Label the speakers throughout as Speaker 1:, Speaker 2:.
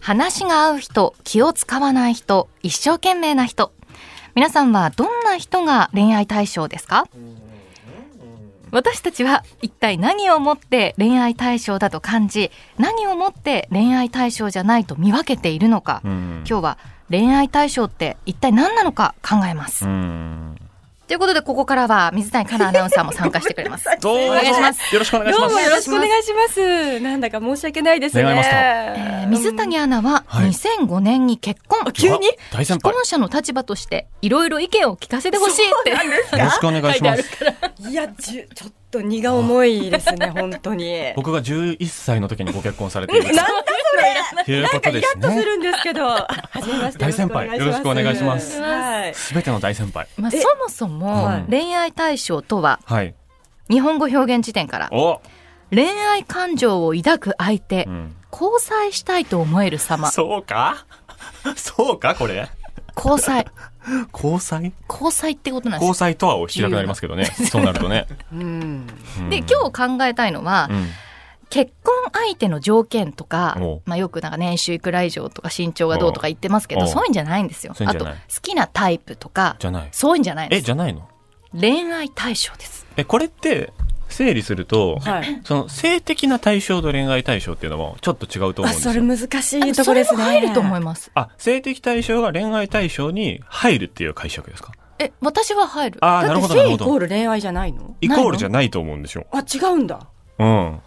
Speaker 1: 話が合う人、気を使わない人、一生懸命な人。皆さんはどんな人が恋愛対象ですか私たちは一体何をもって恋愛対象だと感じ何をもって恋愛対象じゃないと見分けているのか、
Speaker 2: ん
Speaker 1: 今日は恋愛対象って一体何なのか考えます、
Speaker 2: うん
Speaker 1: ということでここからは水谷香奈アナウンサーも参加してくれます
Speaker 2: どうぞ
Speaker 1: お願いします
Speaker 2: よろしくお願いし
Speaker 3: ど
Speaker 2: ま
Speaker 3: う
Speaker 2: す
Speaker 3: もよろしくお願いします。なんだか申し訳ないですね。
Speaker 2: 願いました
Speaker 1: えー水谷アナは
Speaker 2: はい
Speaker 1: 2005年に結婚、
Speaker 3: あ急に
Speaker 2: うわ大先
Speaker 1: 既
Speaker 2: 輩
Speaker 1: 婚者の立場としていろいろ意見を聞かせてほしいって
Speaker 2: よろしくお願いします
Speaker 3: いやじゅちょっと荷が重いで すね本当に。
Speaker 2: 僕が11歳の時にご結婚されている
Speaker 3: なんだ
Speaker 2: という
Speaker 3: な
Speaker 2: こ
Speaker 3: んか
Speaker 2: と
Speaker 3: イラ
Speaker 2: です
Speaker 3: ッとす
Speaker 2: ね
Speaker 3: るんですけど。はじめまして。
Speaker 2: 大先輩
Speaker 1: よろしくお
Speaker 3: は
Speaker 1: 願
Speaker 3: い。
Speaker 2: すべての大先輩
Speaker 1: まあ、そ
Speaker 3: え
Speaker 1: もそ
Speaker 2: は
Speaker 1: も
Speaker 2: い
Speaker 1: 恋愛対象とは
Speaker 2: はい
Speaker 1: 日本語表現辞典から
Speaker 2: お
Speaker 1: 恋愛感情を抱く相手、
Speaker 2: うん
Speaker 1: 交際したいと思える様
Speaker 2: そうか そうかこれ
Speaker 1: 交際
Speaker 2: 交際
Speaker 1: 交際ってことなんで
Speaker 2: 交
Speaker 1: す
Speaker 2: 際とはを知らなくなりますけどねそうなる とね
Speaker 3: うん。
Speaker 2: うん
Speaker 1: で今日考えたいのは、
Speaker 2: うん
Speaker 1: 結婚相手の条件とか
Speaker 2: おう、
Speaker 1: まあ、よくなんか年収いくら以上とか身長がどうとか言ってますけ
Speaker 2: お
Speaker 1: ど
Speaker 2: う
Speaker 1: そういうんじゃないんですよ
Speaker 2: そういうん
Speaker 1: あ
Speaker 2: じゃ
Speaker 1: と
Speaker 2: ない
Speaker 1: 好きなタイプとか
Speaker 2: じゃない
Speaker 1: そういうんじゃないで
Speaker 2: え
Speaker 1: す
Speaker 2: じゃないの
Speaker 1: 恋愛対象です
Speaker 2: えこれって整理すると
Speaker 3: はい。
Speaker 2: その性的な対象と恋愛対象っていうのもちょっと違うと思う
Speaker 3: あ
Speaker 2: んですよ
Speaker 3: それ難し
Speaker 1: あの
Speaker 3: いとこ
Speaker 1: そ
Speaker 3: で
Speaker 1: れ
Speaker 3: す
Speaker 1: も
Speaker 3: ね。
Speaker 1: 入ると思います
Speaker 2: あ、性的対象が恋愛対象に入るっていう解釈ですか
Speaker 1: え私は入る
Speaker 2: あー、な
Speaker 3: だ
Speaker 2: る
Speaker 3: っ
Speaker 2: ほ
Speaker 3: て
Speaker 2: ど、なる
Speaker 3: 性
Speaker 2: ほ
Speaker 3: イコ
Speaker 2: ど
Speaker 3: ー。ル恋愛じゃないの？
Speaker 2: イコールじゃないと思うんですよ。
Speaker 3: あ違うんだ。
Speaker 2: うん。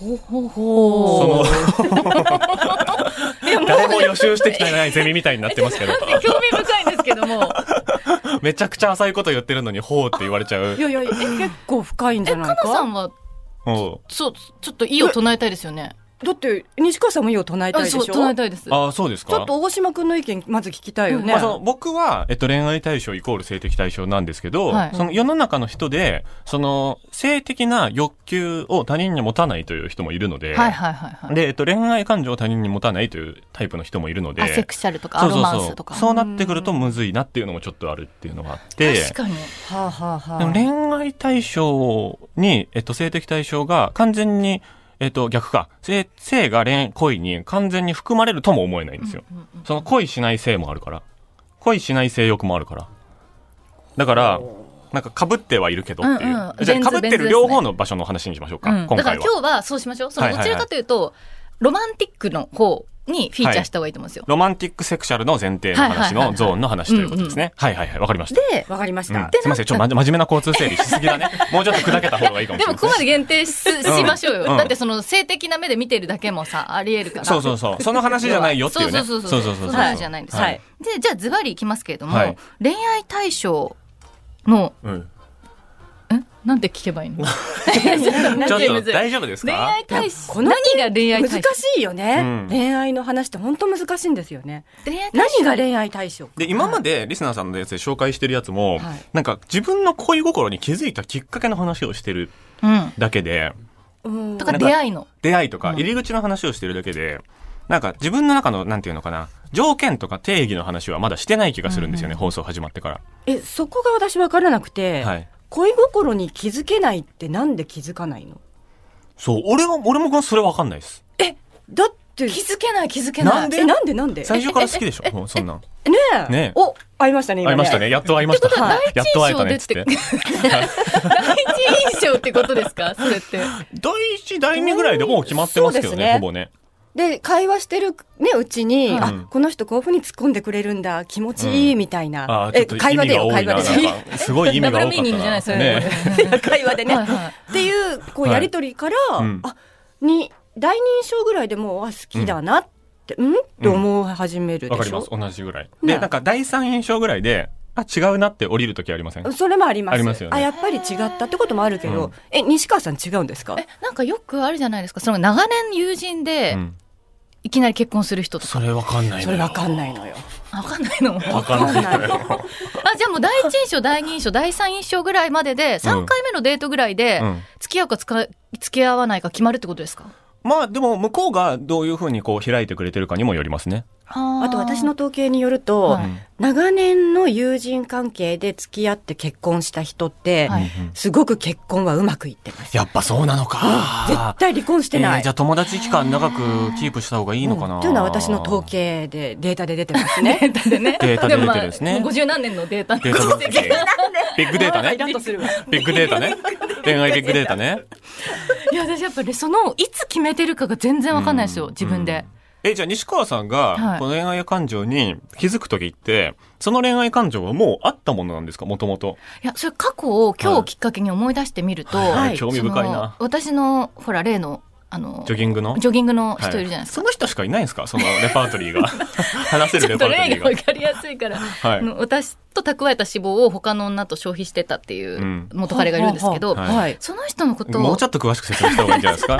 Speaker 3: ほうほうほ。
Speaker 2: そうの、誰も予習してきてないゼミみたいになってますけど、
Speaker 1: 興味深いんですけども
Speaker 2: めちゃくちゃ浅いこと言ってるのに、ほうって言われちゃう
Speaker 3: い。やいやえ結構深いんじ
Speaker 1: え
Speaker 3: ゃ
Speaker 1: か
Speaker 3: な
Speaker 1: な
Speaker 3: いか。
Speaker 1: さんは
Speaker 2: うん
Speaker 1: そうちょっと意を唱えたいですよね
Speaker 3: だって西川さんもいいよ唱えたい
Speaker 1: あ
Speaker 3: でし
Speaker 1: そ
Speaker 3: ょ。
Speaker 1: う唱え
Speaker 3: ち
Speaker 1: たいです
Speaker 2: あ、そうです
Speaker 3: ょ
Speaker 2: か
Speaker 3: っと大島君の意見まず聞きたいよね。
Speaker 2: まあ、その僕は、えっと、恋愛対象イコール性的対象なんですけど、
Speaker 1: はい
Speaker 2: その世の中の人で、その、性的な欲求を他人に持たないという人もいるので、
Speaker 1: はいはいはいはい
Speaker 2: で、えっと、恋愛感情を他人に持たないというタイプの人もいるので、
Speaker 1: アセクシャルとか
Speaker 2: そ
Speaker 1: ア
Speaker 2: うそ
Speaker 1: ロ
Speaker 2: う
Speaker 1: マン
Speaker 2: そ
Speaker 1: ス
Speaker 2: う
Speaker 1: とか
Speaker 2: そうなってくるとむずいなっていうのもちょっとあるっていうのがあって
Speaker 1: 確かに
Speaker 3: はあ、はあはあ、
Speaker 2: でも恋愛対象に、えっと、性的対象が完全に、えっと、逆か性性が恋恋に完全に含まれるとも思えないんですよ、その恋しない性もあるから恋しない性欲もあるからだからなんか被ってはいるけどっていう、
Speaker 1: うんうん
Speaker 2: じゃ
Speaker 1: ベン
Speaker 2: あ
Speaker 1: ズ
Speaker 2: 被って
Speaker 1: ベンズ
Speaker 2: る
Speaker 1: ですね
Speaker 2: 両方の場所の話にしましょうか、
Speaker 1: うん、
Speaker 2: 今
Speaker 1: だから
Speaker 2: 回は
Speaker 1: 今日はそうしましょう。そ
Speaker 2: は
Speaker 1: の
Speaker 2: い
Speaker 1: ど
Speaker 2: はい
Speaker 1: ち
Speaker 2: はい
Speaker 1: らかというと、ロマンティックの方にフィーチャーした方がいいと思うんですよ。
Speaker 2: ロマンティックセクシャルの前提の話のゾーンの話ということですねはいはいはいわかりました
Speaker 1: で、
Speaker 3: わかりまし
Speaker 2: う
Speaker 3: た。
Speaker 2: ん、すみません、ちょっとま真面目な交通整理しすぎ だね。もうちょっと砕けた方がいいかもし
Speaker 1: で
Speaker 2: れな
Speaker 1: も
Speaker 2: い
Speaker 1: ここまで限定ししましょうよ、
Speaker 2: うん
Speaker 1: だってその性的な目で見てるだけもさ、ありえるから。
Speaker 2: そうそうそう。その話じゃないよっていうね。
Speaker 1: そうそうそうそう。
Speaker 2: そ
Speaker 1: そうう
Speaker 2: そ
Speaker 1: そうう
Speaker 2: そう
Speaker 1: じゃないんですよ、
Speaker 2: は
Speaker 3: はいい。
Speaker 1: で、じゃあズバリいきますけれども、
Speaker 2: はい
Speaker 1: 恋愛対象の、
Speaker 2: うん
Speaker 1: んなんて聞けば いいのち
Speaker 2: ちょっ
Speaker 1: ょ
Speaker 2: と大丈夫です
Speaker 1: 恋
Speaker 2: か
Speaker 1: 愛対象。
Speaker 3: この
Speaker 1: 何が恋愛
Speaker 3: 難
Speaker 1: 対象
Speaker 3: しいよね、
Speaker 2: うん
Speaker 3: 恋愛の話って本当難しいんですよね。
Speaker 1: 恋愛対象
Speaker 3: 何が恋愛対象か。
Speaker 2: で、今までリスナーさんのやつで紹介してるやつも
Speaker 3: はい、
Speaker 2: なんか自分の恋心に気づいたきっかけの話をしてる
Speaker 1: うん。
Speaker 2: だけで、
Speaker 3: うん
Speaker 1: とか出会いの。
Speaker 2: 出会いとか
Speaker 1: うん
Speaker 2: 入り口の話をしてるだけで、なんか自分の中の、なんていうのかな、条件とか定義の話はまだしてない気がするんですよね、放送始まってか
Speaker 3: え、そこが私分からなくて、
Speaker 2: ら。はい。
Speaker 3: 恋心に気づけないってなんで気づかないの
Speaker 2: そう、俺は、俺もそれわかんないです。
Speaker 3: だって、
Speaker 1: 気づけない気づけない。
Speaker 2: なんで
Speaker 3: え、なんでなんで
Speaker 2: 最初から好き でしょもうそんなん。
Speaker 3: えねえ
Speaker 2: ねえ
Speaker 3: お、会いましたね、今
Speaker 2: 会
Speaker 3: ね。
Speaker 2: いましたね。。やっと会いました。
Speaker 1: ことは第一
Speaker 2: やっと会えたねっつっ
Speaker 1: 印象
Speaker 2: て
Speaker 1: で。第一印象ってことですかそれって。
Speaker 2: 第一、第二ぐらいでもう決まってますけど
Speaker 3: そ
Speaker 2: ね、
Speaker 3: うですね
Speaker 2: ほぼね。
Speaker 3: で、会話してる、ね、うちに、
Speaker 1: うん
Speaker 3: あ、この人こういうふうに突っ込んでくれるんだ、気持ちいい、みたいな。え、会話でよ、会話で。
Speaker 2: なんかすご い意味が多かった
Speaker 1: ダブルミーニングじゃないそれ
Speaker 2: ね
Speaker 3: いや会話でね。
Speaker 1: はいはい
Speaker 3: っていうこう
Speaker 2: はい
Speaker 3: やり取りから、
Speaker 2: うん
Speaker 3: あに第二印象ぐらいでもうあ好きだなって、うん、って思い始める
Speaker 2: わ
Speaker 3: で
Speaker 2: か
Speaker 3: し
Speaker 2: り
Speaker 3: ょ、
Speaker 2: ます。同じぐらい。
Speaker 3: ね
Speaker 2: で、なんか第三印象ぐらいで、あ、違うなって降りるときありません
Speaker 3: それもあります
Speaker 2: ありますよね
Speaker 3: やっぱり違ったってこともあるけど、
Speaker 2: うん
Speaker 3: え西川さん違うんですか
Speaker 1: え、なんかよくあるじゃないですか。その長年友人で
Speaker 2: う、ん
Speaker 1: いきなり結婚する人とか。
Speaker 2: それわかんない
Speaker 3: それわかん
Speaker 2: い。
Speaker 3: ないのよ
Speaker 1: あわかんないの。あ、じゃ
Speaker 2: わかんないのよ。
Speaker 1: あもう第一印 象、第二印象、第三印象ぐらいまでで、3回目のデートぐらいで
Speaker 2: うん、
Speaker 1: 付き合うかつか付き合わないか決まるってことですか
Speaker 2: まあでも向こうがどういうふうにこう開いてくれてるかにもよりますね。
Speaker 1: あ
Speaker 3: あと私の統計によると、
Speaker 1: はい
Speaker 2: うん
Speaker 3: 長年の友人関係で付き合って結婚した人って、
Speaker 1: はい
Speaker 2: うんうん
Speaker 3: すごく結婚はうまくいってます。
Speaker 2: やっぱそうなのか。
Speaker 3: 絶対離婚してない。
Speaker 2: えーじゃあ友達期間長くキープした方がいいのかな。
Speaker 3: うんというのは私の統計で、データで出てますね。
Speaker 1: データでね。
Speaker 2: データで出てるんですね
Speaker 1: もまあもう50何年のデータ
Speaker 2: データ分 析ビッグデータ
Speaker 3: イラッと
Speaker 2: ね。
Speaker 3: するわ。
Speaker 2: ビッグデータね。恋愛ビッグデータね。
Speaker 1: いや、私やっぱりその、いつ決めてるかが全然わかんないですよ、自分で。
Speaker 2: え、じゃあ西川さん
Speaker 1: は
Speaker 2: が
Speaker 1: い、
Speaker 2: この恋愛感情に気づくときって、その恋愛感情はもうあったものなんですかもともと。
Speaker 1: いや、それ過去を今日をきっかけに思い出してみると、
Speaker 3: はい
Speaker 2: 興味深いな。
Speaker 1: その私の、ほら、例の、あの、
Speaker 2: ジョギングの
Speaker 1: ジョギングの人いるじゃないですか。
Speaker 2: その人しかいないんですかそのレパートリー が。話せ
Speaker 1: ち
Speaker 2: る
Speaker 1: ょ
Speaker 2: レ
Speaker 1: っ
Speaker 2: パ
Speaker 1: と
Speaker 2: ートリ
Speaker 1: 例
Speaker 2: ー
Speaker 1: が
Speaker 2: が
Speaker 1: わ。かりやすいから、
Speaker 2: は
Speaker 1: あ
Speaker 2: い。
Speaker 1: の私と蓄えた脂肪を他の女と消費してたっていううん 元彼がいるんですけど、
Speaker 2: は
Speaker 3: はい。
Speaker 1: その人のこと
Speaker 2: も
Speaker 1: を
Speaker 2: うちょっと詳しく説明した方がいいんじゃないですか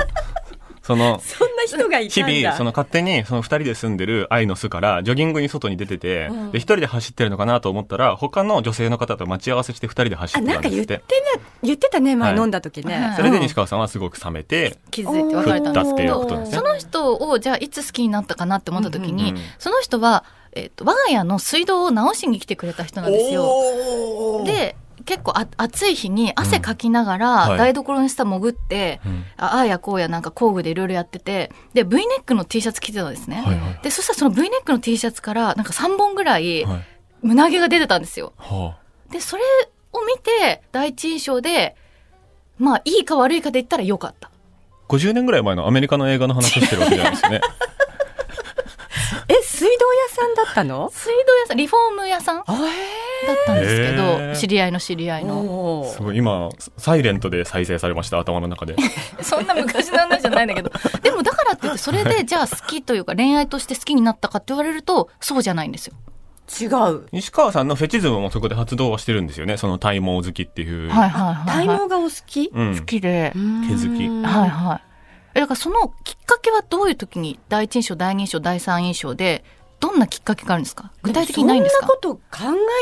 Speaker 2: その、
Speaker 3: そんな人がい
Speaker 2: 日
Speaker 3: たんだ。
Speaker 2: 々、その勝手にその二人で住んでる愛の巣からジョギングに外に出てて、
Speaker 3: うん
Speaker 2: で、一人で走ってるのかなと思ったら、他の女性の方と待ち合わせして二人で走
Speaker 3: あ、
Speaker 2: ってた
Speaker 3: なんんか
Speaker 2: で
Speaker 3: 言
Speaker 2: す
Speaker 3: っ
Speaker 2: って
Speaker 3: ね
Speaker 2: て。、
Speaker 3: 言ってたね、前
Speaker 2: はい
Speaker 3: 飲んだ時ね。
Speaker 1: はい
Speaker 2: それで西川さんはすごく冷めて、
Speaker 1: 気づいて別れたんです
Speaker 2: 食ったっていうことですね
Speaker 1: その人をじゃあいつ好きになったかなって思った時に、
Speaker 2: うんうん
Speaker 1: その人は、えっと我が家の水道を直しに来てくれた人なんですよ。
Speaker 2: おー、
Speaker 1: で結構あ暑い日に汗かきながら、
Speaker 2: うんはい
Speaker 1: 台所の下潜って、
Speaker 2: うん
Speaker 1: ああやこうやなんか工具でいろいろやっててで V ネックの T シャツ着てたんですね。
Speaker 2: はいはい
Speaker 1: でそしたらその V ネックの T シャツからなんか3本ぐらい
Speaker 2: はい。
Speaker 1: 胸毛が出てたんですよ。
Speaker 2: はあ
Speaker 1: でそれを見て第一印象でまあいいか悪いかで言ったら良かった。
Speaker 2: 50年ぐらい前のアメリカの映画の話してるわけじゃないです よね。
Speaker 3: え、水道屋さんだったの
Speaker 1: 水道屋さんリフォーム屋さん
Speaker 3: あ
Speaker 1: だったんですけど、
Speaker 2: へー
Speaker 1: 知り合いの知り合
Speaker 3: え
Speaker 1: いの。
Speaker 2: すごい、今、サイレントで再生されました、頭の中で。
Speaker 1: そんな昔の話じゃないんだけど。でもだからって言って、それでじゃあ好きというか恋愛として好きになったかって言われると、そうじゃないんですよ。
Speaker 3: 違う。
Speaker 2: 西川さんのフェチズムもそこで発動はしてるんですよね。その体毛好きっていう。
Speaker 1: はいはいはい、
Speaker 3: 体
Speaker 1: はい。
Speaker 3: 毛がお好き
Speaker 2: うん。
Speaker 1: 好きで。
Speaker 2: 毛好き
Speaker 3: うん
Speaker 1: はいはい。えだからそのきっかけはどういう時に、第一印象、第二印象、第三印象で、どんなきっかけがあるんですか具体的にないんですか
Speaker 3: そんなこと考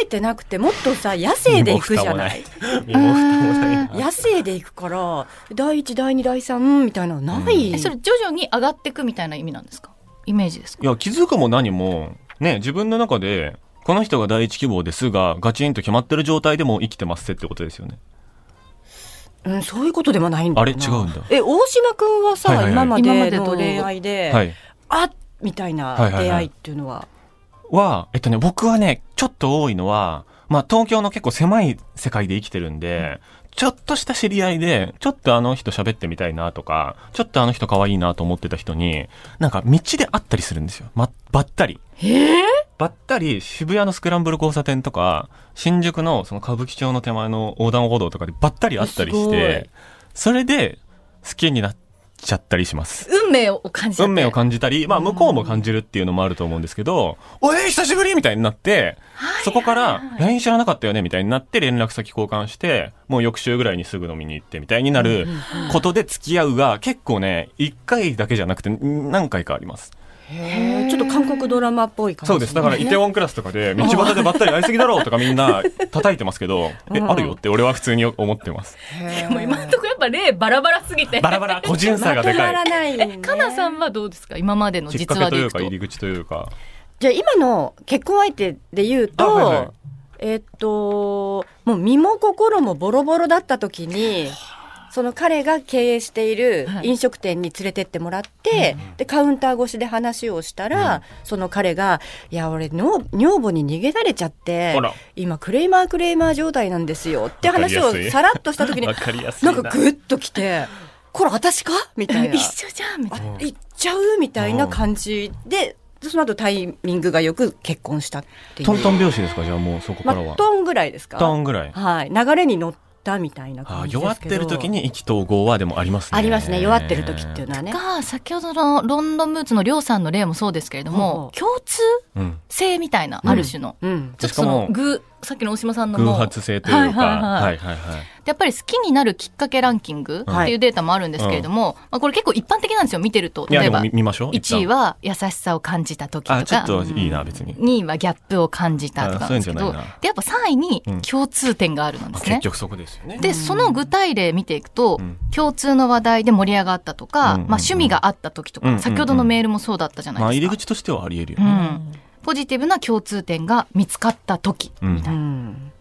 Speaker 3: えてなくてもっとさ野生で行くじゃない
Speaker 2: 身も蓋もない。
Speaker 3: 野生で行くから第一第二第三みたいなのない、
Speaker 1: えそれ徐々に上がっていくみたいな意味なんですかイメージですか
Speaker 2: いや、気づくも何も、ね、自分の中で、この人が第一希望ですが、ガチンと決まってる状態でも生きてますってことですよね。
Speaker 3: うん、そういうことでもないんだ
Speaker 2: あ
Speaker 3: よ
Speaker 2: れ
Speaker 3: な
Speaker 2: 違うんだ。
Speaker 3: え大島君はさ、
Speaker 2: はいはいはい
Speaker 3: 今ま
Speaker 1: 今ま
Speaker 3: で
Speaker 1: でど
Speaker 3: の
Speaker 1: う
Speaker 3: 恋愛で、
Speaker 2: はい。
Speaker 3: あっみたいな出会いっていうのは,、
Speaker 2: は、えっとね、僕はね、ちょっと多いのは、まあ、東京の結構狭い世界で生きてるんで、ちょっとした知り合いで、ちょっとあの人喋ってみたいなとか、ちょっとあの人可愛いなと思ってた人に、なんか道で会ったりするんですよ。ま、ばったり。ばったり渋谷のスクランブル交差点とか、新宿のその歌舞伎町の手前の横断歩道とかでばったり会ったりし
Speaker 3: すごい
Speaker 2: て、それで好きになっちゃったりします。
Speaker 1: 運命を感じちゃって
Speaker 2: 運命を感じたり、まあ向こうも感じるっていうのもあると思うんですけど、おえー、久しぶりみたいになって、そこから、LINE 知らなかったよねみたいになって連絡先交換して、もう翌週ぐらいにすぐ飲みに行ってみたいになることで付き合うが、結構ね、一回だけじゃなくてん何回かあります。
Speaker 3: へーちょっと韓国ドラマっぽい感じ
Speaker 2: そうです。だから、イテウォンクラスとかで、道端でばったり会いすぎだろうと かみんな叩いてますけど、え、あるよって俺は普通に思ってます。
Speaker 1: でも今のところやっぱ例バラバラすぎて
Speaker 2: バラバラ、個人差がで
Speaker 3: まとま
Speaker 2: からい。
Speaker 3: ない、ね、
Speaker 1: かなさんはどうですか今までの
Speaker 2: きっ
Speaker 1: 実
Speaker 2: かけ
Speaker 1: 話
Speaker 2: と
Speaker 1: で
Speaker 2: い
Speaker 1: いうく
Speaker 2: か
Speaker 1: と
Speaker 2: 入り口というか。
Speaker 3: じゃあ今の結婚相手で言う
Speaker 2: あ
Speaker 3: と、
Speaker 2: はいはい
Speaker 3: えっともう身も心もボロボロだった時にその彼が経営している
Speaker 1: はい
Speaker 3: 飲食店に連れてってもらって、でカウンター越しで話をしたら、その彼が「いや俺の女房に逃げられちゃって
Speaker 2: ほら、
Speaker 3: 今クレーマークレーマー状態なんですよ」って話
Speaker 2: わ
Speaker 3: を
Speaker 2: かりやすい
Speaker 3: さらっとした 時に
Speaker 2: わかりやすい
Speaker 3: な
Speaker 2: な。
Speaker 3: んかグッときて 「これ私か?」みたいな。
Speaker 1: 一緒じゃんみたいな
Speaker 3: あ行っちゃうみたいな感じで、その後タイミングがよく結婚したっていう。
Speaker 2: トントン拍子ですかじゃあもうそこ
Speaker 3: ま
Speaker 2: から
Speaker 3: あ、
Speaker 2: は。
Speaker 3: トンぐらいですか
Speaker 2: トンぐらい。
Speaker 3: はい。流れに乗ったみたいな
Speaker 2: あ
Speaker 3: 感じですけど。
Speaker 2: 弱ってる時。に意気投合はでもありますね。
Speaker 3: ありますね。弱ってる時っていうのはね。
Speaker 1: が先ほどのロンドンブーツのりょうさんの例もそうですけれども、
Speaker 3: ほうほう
Speaker 1: 共通
Speaker 2: うん。
Speaker 1: 性みたいなある種の、
Speaker 3: うん。
Speaker 1: ちょっとその
Speaker 2: しか
Speaker 1: 具さっきの大島さんの
Speaker 2: 偶
Speaker 1: も
Speaker 2: 発性というか、
Speaker 1: はいはいはい
Speaker 2: はいはいはい。
Speaker 1: やっぱり好きになるきっかけランキングっていうデータもあるんですけれども、まあ、これ結構一般的なんですよ見てると
Speaker 2: いや、
Speaker 1: 例
Speaker 2: で
Speaker 1: え
Speaker 2: も
Speaker 1: ば
Speaker 2: 見見ましょう。一旦
Speaker 1: 1位は優しさを感じた時と
Speaker 2: あ、ちょ
Speaker 1: か
Speaker 2: っといいな、別に。
Speaker 1: 2位はギャップを感じたとか
Speaker 2: あ
Speaker 1: なんですけ
Speaker 2: そうい
Speaker 1: ど
Speaker 2: うんじ
Speaker 1: で
Speaker 2: ゃないな
Speaker 1: やっぱ3位に
Speaker 2: うん
Speaker 1: 共通点があるなんで
Speaker 2: まあ
Speaker 1: す
Speaker 2: 結
Speaker 1: ね。
Speaker 2: 局そこですよね。
Speaker 1: でその具体例見ていくと、
Speaker 2: うん
Speaker 1: 共通の話題で盛り上がったとか、
Speaker 2: うんうんうん
Speaker 1: まあ、趣味があった時とか、
Speaker 2: うんうんうん
Speaker 1: 先ほどのメールもそうだったじゃない
Speaker 2: まあ入
Speaker 1: で
Speaker 2: り
Speaker 1: すか、
Speaker 2: 口としてはあり得るよ
Speaker 1: う
Speaker 2: ね。
Speaker 1: ん、ポジティブな共通点が見つかった時
Speaker 2: うん
Speaker 3: うん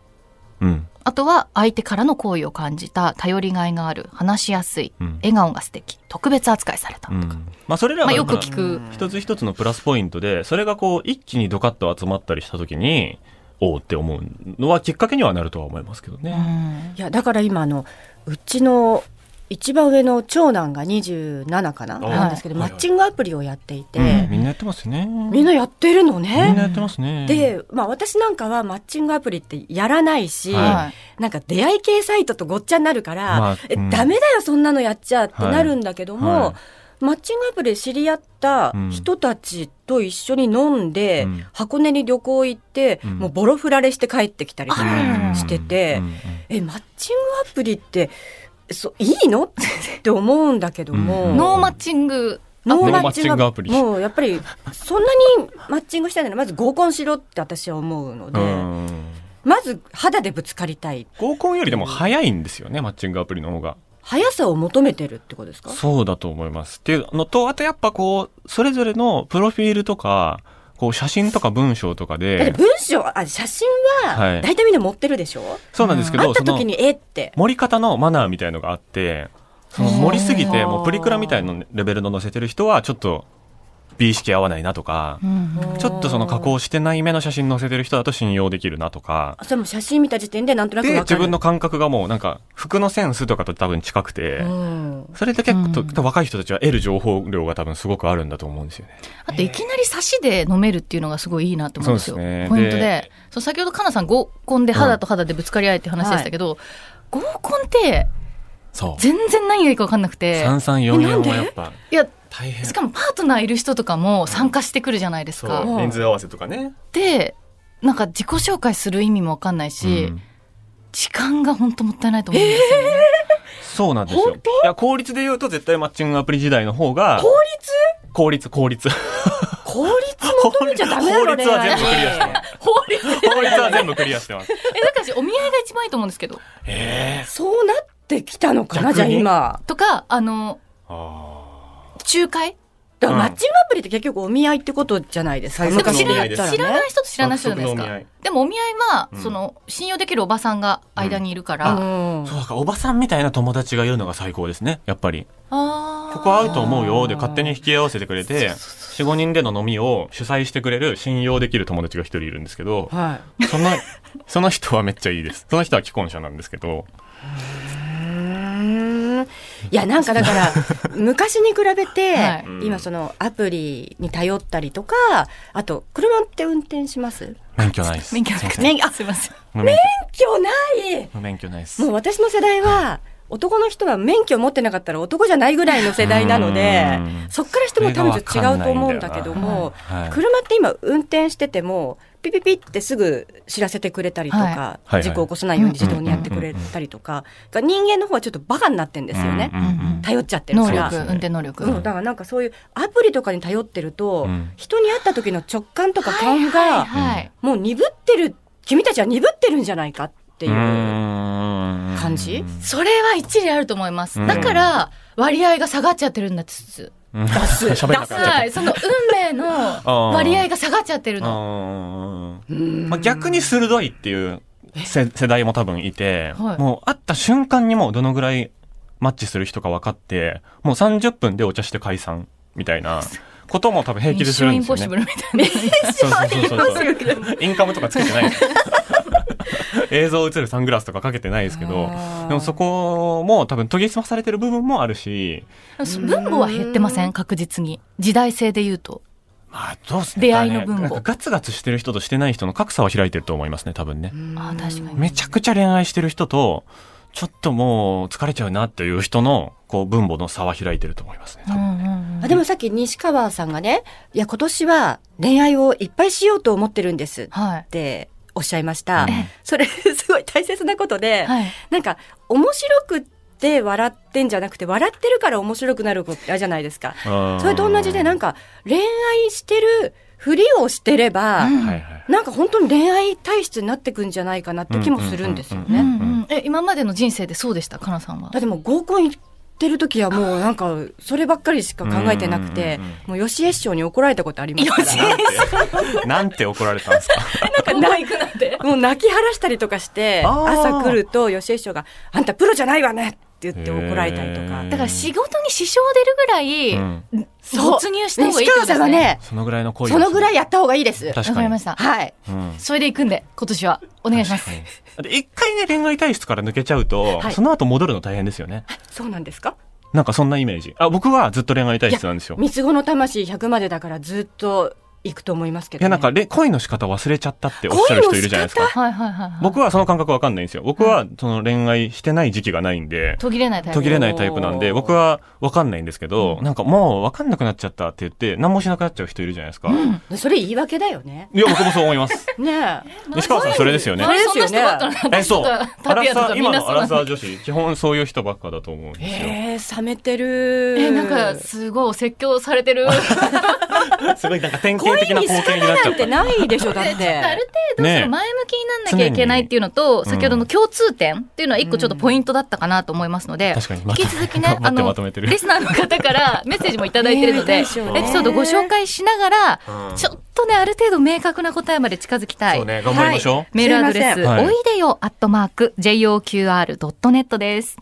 Speaker 2: うん。
Speaker 1: あとは相手からの好意を感じた頼りがいがある話しやすい
Speaker 2: うん。
Speaker 1: 笑顔が素敵特別扱いされたと
Speaker 2: う
Speaker 1: か、
Speaker 2: んまあそれら
Speaker 1: ま
Speaker 2: が
Speaker 1: あ、よく聞く、
Speaker 2: 一つ一つのプラスポイントで、それがこう、一気にドカッと集まったりしたときに、おおって思うのはきっかけにはなるとは思いますけど
Speaker 1: う
Speaker 2: ね。
Speaker 1: ん
Speaker 3: いやだから今あのうちの一番上の長男が27かな
Speaker 2: あ
Speaker 3: なんですけど
Speaker 2: はい
Speaker 3: マッチングアプリをやっていて、
Speaker 2: うんみんなやってますよね。み
Speaker 3: みんなやってるの
Speaker 2: ん
Speaker 3: ね。
Speaker 2: なやってますね。
Speaker 3: で、まあ、私なんかはマッチングアプリってやらないし、
Speaker 2: は
Speaker 3: なんか出会い系サイトとごっちゃになるから、
Speaker 2: まあ
Speaker 3: え
Speaker 2: うん
Speaker 3: ダメだよそんなのやっちゃってなるんだけども、
Speaker 2: はいはい
Speaker 3: マッチングアプリで知り合った人たちと一緒に飲んで、
Speaker 2: うん
Speaker 3: 箱根に旅行行って、
Speaker 2: うん
Speaker 3: もうボロ振られして帰ってきたりと
Speaker 1: う
Speaker 3: か
Speaker 1: ん
Speaker 3: してて、
Speaker 2: うんうん
Speaker 3: えマッチングアプリってそいいの って思うんだけども、
Speaker 2: うん
Speaker 1: ノーマッチング
Speaker 3: ノ
Speaker 2: ー
Speaker 3: ー
Speaker 2: マ
Speaker 3: マ
Speaker 2: ッ
Speaker 3: ッ
Speaker 2: チ
Speaker 3: チ
Speaker 2: ング
Speaker 3: ング
Speaker 2: ア
Speaker 3: ア
Speaker 2: プ
Speaker 3: プ
Speaker 2: リ
Speaker 3: リ。もうやっぱり、そんなにマッチングしたいなら、まず合コンしろって私は思うので、
Speaker 2: うん
Speaker 3: まず肌でぶつかりたい。
Speaker 2: 合コンよりでも早いんですよね、マッチングアプリの方が。
Speaker 3: 速さを求めてるってことですか
Speaker 2: そうだと思います。っていうのと、あとやっぱこう、それぞれのプロフィールとか、こう写真とか文章とか
Speaker 3: だって
Speaker 2: で、
Speaker 3: 文章、あ、写真
Speaker 2: はい
Speaker 3: は、大体みんな持ってるでしょ、
Speaker 2: そうなんですけ
Speaker 3: 会
Speaker 2: ど、
Speaker 3: った
Speaker 2: その
Speaker 3: 時、に、えって。
Speaker 2: 盛り方のマナーみたいのがあって、その盛りすぎて、もうプリクラみたいなレベルの載せてる人は、ちょっと美意識合わないなとか、
Speaker 1: うん
Speaker 2: ちょっとその加工してない目の写真載せてる人だと信用できるなとか、
Speaker 3: それも写真見た時点でなんとなくわ
Speaker 2: で、
Speaker 3: かる。
Speaker 2: 自分の感覚がもうなんか、服のセンスとかと多分近くて、
Speaker 3: うん。
Speaker 2: それで結構と、
Speaker 1: うん
Speaker 2: 多分若い人たちは得る情報量が多分すごくあるんだと思うんですよね。
Speaker 1: あといきなり差しで飲めるっていうのがすごいいいなと思うんですよ。
Speaker 2: そうですね
Speaker 1: ポイント
Speaker 2: で
Speaker 1: で。そう先ほどかなさん合コンで肌と肌でぶつかり合いって話でしたけど、合コンって
Speaker 2: そう。
Speaker 1: 全然何がいいか分かんなくて、
Speaker 2: 三三四四はやっぱ
Speaker 1: いや、
Speaker 2: 大変。
Speaker 1: しかもパートナーいる人とかも参加してくるじゃないです
Speaker 2: そ
Speaker 1: か。
Speaker 2: う。人数合わせとかね。
Speaker 1: で、なんか自己紹介する意味も分かんないし、
Speaker 2: うん
Speaker 1: 時間が本当もったいないと思うんですよね。
Speaker 2: そうなんですよ。いや、効率で言うと絶対マッチングアプリ時代の方が、
Speaker 3: 効率
Speaker 2: 効率、効率。
Speaker 3: 効率求めちゃダメだろ、
Speaker 2: 法律は
Speaker 3: 恋愛
Speaker 2: 全部クリアしてま
Speaker 1: 法律
Speaker 2: す。効率は全部クリアしてます。
Speaker 1: え、だから私お見合いが一番いいと思うんですけど。
Speaker 2: ええ。
Speaker 3: そうなってきたのかな、じゃあ
Speaker 2: 逆に
Speaker 3: 今。
Speaker 1: とか、あの、
Speaker 2: あ
Speaker 1: 仲介
Speaker 3: だか
Speaker 2: うん
Speaker 3: らマッチングアプリって結局お見合いってことじゃないですか。
Speaker 2: 最
Speaker 1: でも
Speaker 2: 速
Speaker 1: 知
Speaker 2: のお見合
Speaker 1: ら
Speaker 2: いです
Speaker 1: 知らない人と知らない人じゃないです
Speaker 2: 爆速のお見合
Speaker 1: か
Speaker 2: い。
Speaker 1: でもお見合いは、
Speaker 2: うん
Speaker 1: その、信用できるおばさんが間にいるから。あ
Speaker 3: うん
Speaker 2: あ。そうだから、おばさんみたいな友達がいるのが最高ですね、やっぱり。
Speaker 1: あー
Speaker 2: ここ合うと思うよ、で勝手に引き合わせてくれて、4、5人での飲みを主催してくれる信用できる友達が一人いるんですけど、
Speaker 3: はい。
Speaker 2: その、その人はめっちゃいいです。その人は既婚者なんですけど、
Speaker 3: いやなんかだから 昔に比べて、
Speaker 1: はい
Speaker 3: 今そのアプリに頼ったりとかあと車って運転します
Speaker 2: 免許ないで す。
Speaker 1: 免許なく
Speaker 2: すい
Speaker 1: て。
Speaker 2: ま
Speaker 1: あ、すいません。
Speaker 2: せん免
Speaker 3: 今日ない
Speaker 2: 許免許ないです
Speaker 3: も。う私の世代は男の人は免許持ってなかったら男じゃないぐらいの世代なので
Speaker 2: うん
Speaker 3: そっからしても多分違うと思うんだけども、
Speaker 2: はい
Speaker 3: 車って今運転しててもピピピってすぐ知らせてくれたりと
Speaker 1: はい
Speaker 3: か、
Speaker 2: はい
Speaker 3: 事故を起こさないように自動にやってくれたりとか、が人間の方はちょっとバカになってんですよね、
Speaker 2: うんうんうん
Speaker 3: 頼っちゃってる
Speaker 1: 能
Speaker 3: から。
Speaker 1: 力、
Speaker 2: そうですね
Speaker 1: 運転能力。
Speaker 3: うん、だからなんかそういうアプリとかに頼ってると、
Speaker 2: うん
Speaker 3: 人に会った時の直感とか勘
Speaker 1: はい
Speaker 3: が
Speaker 1: はい。
Speaker 3: もう鈍ってる君たちは鈍ってるんじゃないかっていうう
Speaker 2: ーん
Speaker 3: 感じ
Speaker 1: それは一理あると思います。だから、割合が下がっちゃってるんだっつ。
Speaker 2: うん 喋らなくなっちゃった
Speaker 1: はい。その運命 の割合が下がっちゃってるの。
Speaker 2: あー
Speaker 3: うん
Speaker 2: まあ、逆に鋭いっていう世世代も多分いて、
Speaker 1: はい
Speaker 2: もう会った瞬間にもうどのぐらいマッチする人か分かって、もう30分でお茶して解散みたいなことも多分平気でするんですよ
Speaker 1: ミッションインポッシブルみ
Speaker 2: ね。
Speaker 1: たいな。
Speaker 2: そうそうそうそう
Speaker 3: そうそう
Speaker 2: インカムとかつけてない。映像映るサングラスとかかけてないですけど
Speaker 3: あ、ー
Speaker 2: でもそこも多分研ぎ澄まされてる部分もあるし、
Speaker 1: 分母は減ってません確実に時代性で言うと
Speaker 2: まあどうすね。
Speaker 1: 出会いの分母
Speaker 2: なんかガツガツしてる人としてない人の格差は開いてると思いますね、多分ね。
Speaker 1: あー確かに
Speaker 2: めちゃくちゃ恋愛してる人と、ちょっともう疲れちゃうなっていう人の、こう、分母の差は開いてると思いますね、多分。
Speaker 3: あでもさっき西川さんがねいや今年は恋愛をいっぱいしようと思ってるんですっ
Speaker 1: はい
Speaker 3: ておっしゃいました、
Speaker 2: うん
Speaker 3: それすごい大切なことで、
Speaker 1: はい、
Speaker 3: なんか面白くって笑ってんじゃなくて笑ってるから面白くなることあるじゃないですか
Speaker 2: そ
Speaker 3: それと同じでなん
Speaker 2: か、
Speaker 3: か恋愛してるふりをしてれば、
Speaker 1: うん
Speaker 2: はいはい。
Speaker 3: なんか本当に恋愛体質になってくんじゃないかなって気もするんですよ
Speaker 2: うん
Speaker 1: う
Speaker 3: ね。
Speaker 1: んうん、え今までの人生でそうでしたかなさんは
Speaker 3: だってもう合コン行ってる時はもうなんかそればっかりしか考えてなくて
Speaker 2: うんうんうん、
Speaker 3: もう吉江師匠に怒られたことありますから。
Speaker 2: なんて怒られたんですか
Speaker 1: ない くなんて
Speaker 3: もう泣き晴らしたりとかして、
Speaker 2: あー
Speaker 3: 朝来ると吉江師匠が、あんたプロじゃないわねって言って怒られたりと
Speaker 2: へ
Speaker 3: か
Speaker 2: ー。
Speaker 1: だから仕事に支障出るぐらい、
Speaker 2: うん
Speaker 3: そう
Speaker 1: 没入した
Speaker 3: ね
Speaker 1: 方がいい
Speaker 3: 視
Speaker 1: ってこと
Speaker 3: 聴
Speaker 1: で
Speaker 3: 者
Speaker 1: す
Speaker 3: はね、
Speaker 2: そのぐらいの恋
Speaker 3: そのぐら
Speaker 2: い。
Speaker 3: いやった方がいいです。
Speaker 2: 確かに
Speaker 1: わかりました
Speaker 3: はい。
Speaker 2: うん
Speaker 1: それで行くんで今年はお願いします
Speaker 2: 確かにで一回ね、恋愛体質から抜けちゃうと、
Speaker 3: はい
Speaker 2: その後戻るの大変ですよね。
Speaker 3: そうなんですか
Speaker 2: なんかそんなイメージ。あ、僕はずっと恋愛体質なんですよ。い
Speaker 3: 三つ子の魂100までだからずっと行くと思いますけど、ね。
Speaker 2: や、なんかれ恋の仕方忘れちゃったっておっしゃる人いるじゃないですか。
Speaker 1: はいはいはい、はい、
Speaker 2: 僕はその感覚わかんないんですよ。僕はその恋愛してない時期がないんで、
Speaker 1: 途切れないタイプ
Speaker 2: 途切れないタイプなんで、
Speaker 3: おー
Speaker 2: 僕はわかんないんですけど、なんかもうわかんなくなっちゃったって言って、何もしなくなっちゃう人いるじゃないですか。い
Speaker 3: それ言い訳だよね。
Speaker 2: や、僕もそう思 います。
Speaker 3: ねえ。
Speaker 2: 西川さん、それですよね
Speaker 1: あ。れそんな人ばっかり
Speaker 2: え、そう。アラ
Speaker 1: 達也と
Speaker 2: サ
Speaker 1: か
Speaker 2: ー、
Speaker 1: みん
Speaker 2: 今
Speaker 1: な
Speaker 2: の
Speaker 1: そう
Speaker 2: ア
Speaker 1: な
Speaker 2: ラ
Speaker 1: んだ
Speaker 2: サー女子、基本そういう人ばっかだと思うんですよ。
Speaker 3: えー、冷めてる。
Speaker 1: えなんかすごいお説教されて る
Speaker 2: すごいなんか典型
Speaker 3: 恋
Speaker 2: 的な
Speaker 3: に
Speaker 2: 光
Speaker 3: 仕
Speaker 2: 景
Speaker 3: 方
Speaker 2: になっち
Speaker 3: な
Speaker 2: ゃっ
Speaker 3: んて
Speaker 2: た。
Speaker 3: ないでし ょ、だっ
Speaker 1: あ
Speaker 3: て。
Speaker 1: る程度
Speaker 2: ね
Speaker 1: その前向きになんなきゃいけないっていうのと、
Speaker 2: 常に
Speaker 1: 先ほどの共通点っていうのは一個ちょっとポイントだったかなと思いますので、
Speaker 2: 確かに。
Speaker 1: 引き続きね
Speaker 2: 頑張
Speaker 1: あ
Speaker 2: ってま
Speaker 1: の
Speaker 2: と めてる
Speaker 1: リ。スナーの方からメッセージもいただいてるので
Speaker 3: ねえ
Speaker 1: エピ
Speaker 3: いいでし
Speaker 1: ソ
Speaker 3: ょうね
Speaker 1: ードご紹介しながら
Speaker 2: うん
Speaker 1: ちょっとねある程度明確な答えまで近づきたい、
Speaker 2: そうね、頑張りましょう。
Speaker 1: メールアドレス、
Speaker 3: すい
Speaker 2: ませんはい
Speaker 1: おいでよアットマーク JOQR.net です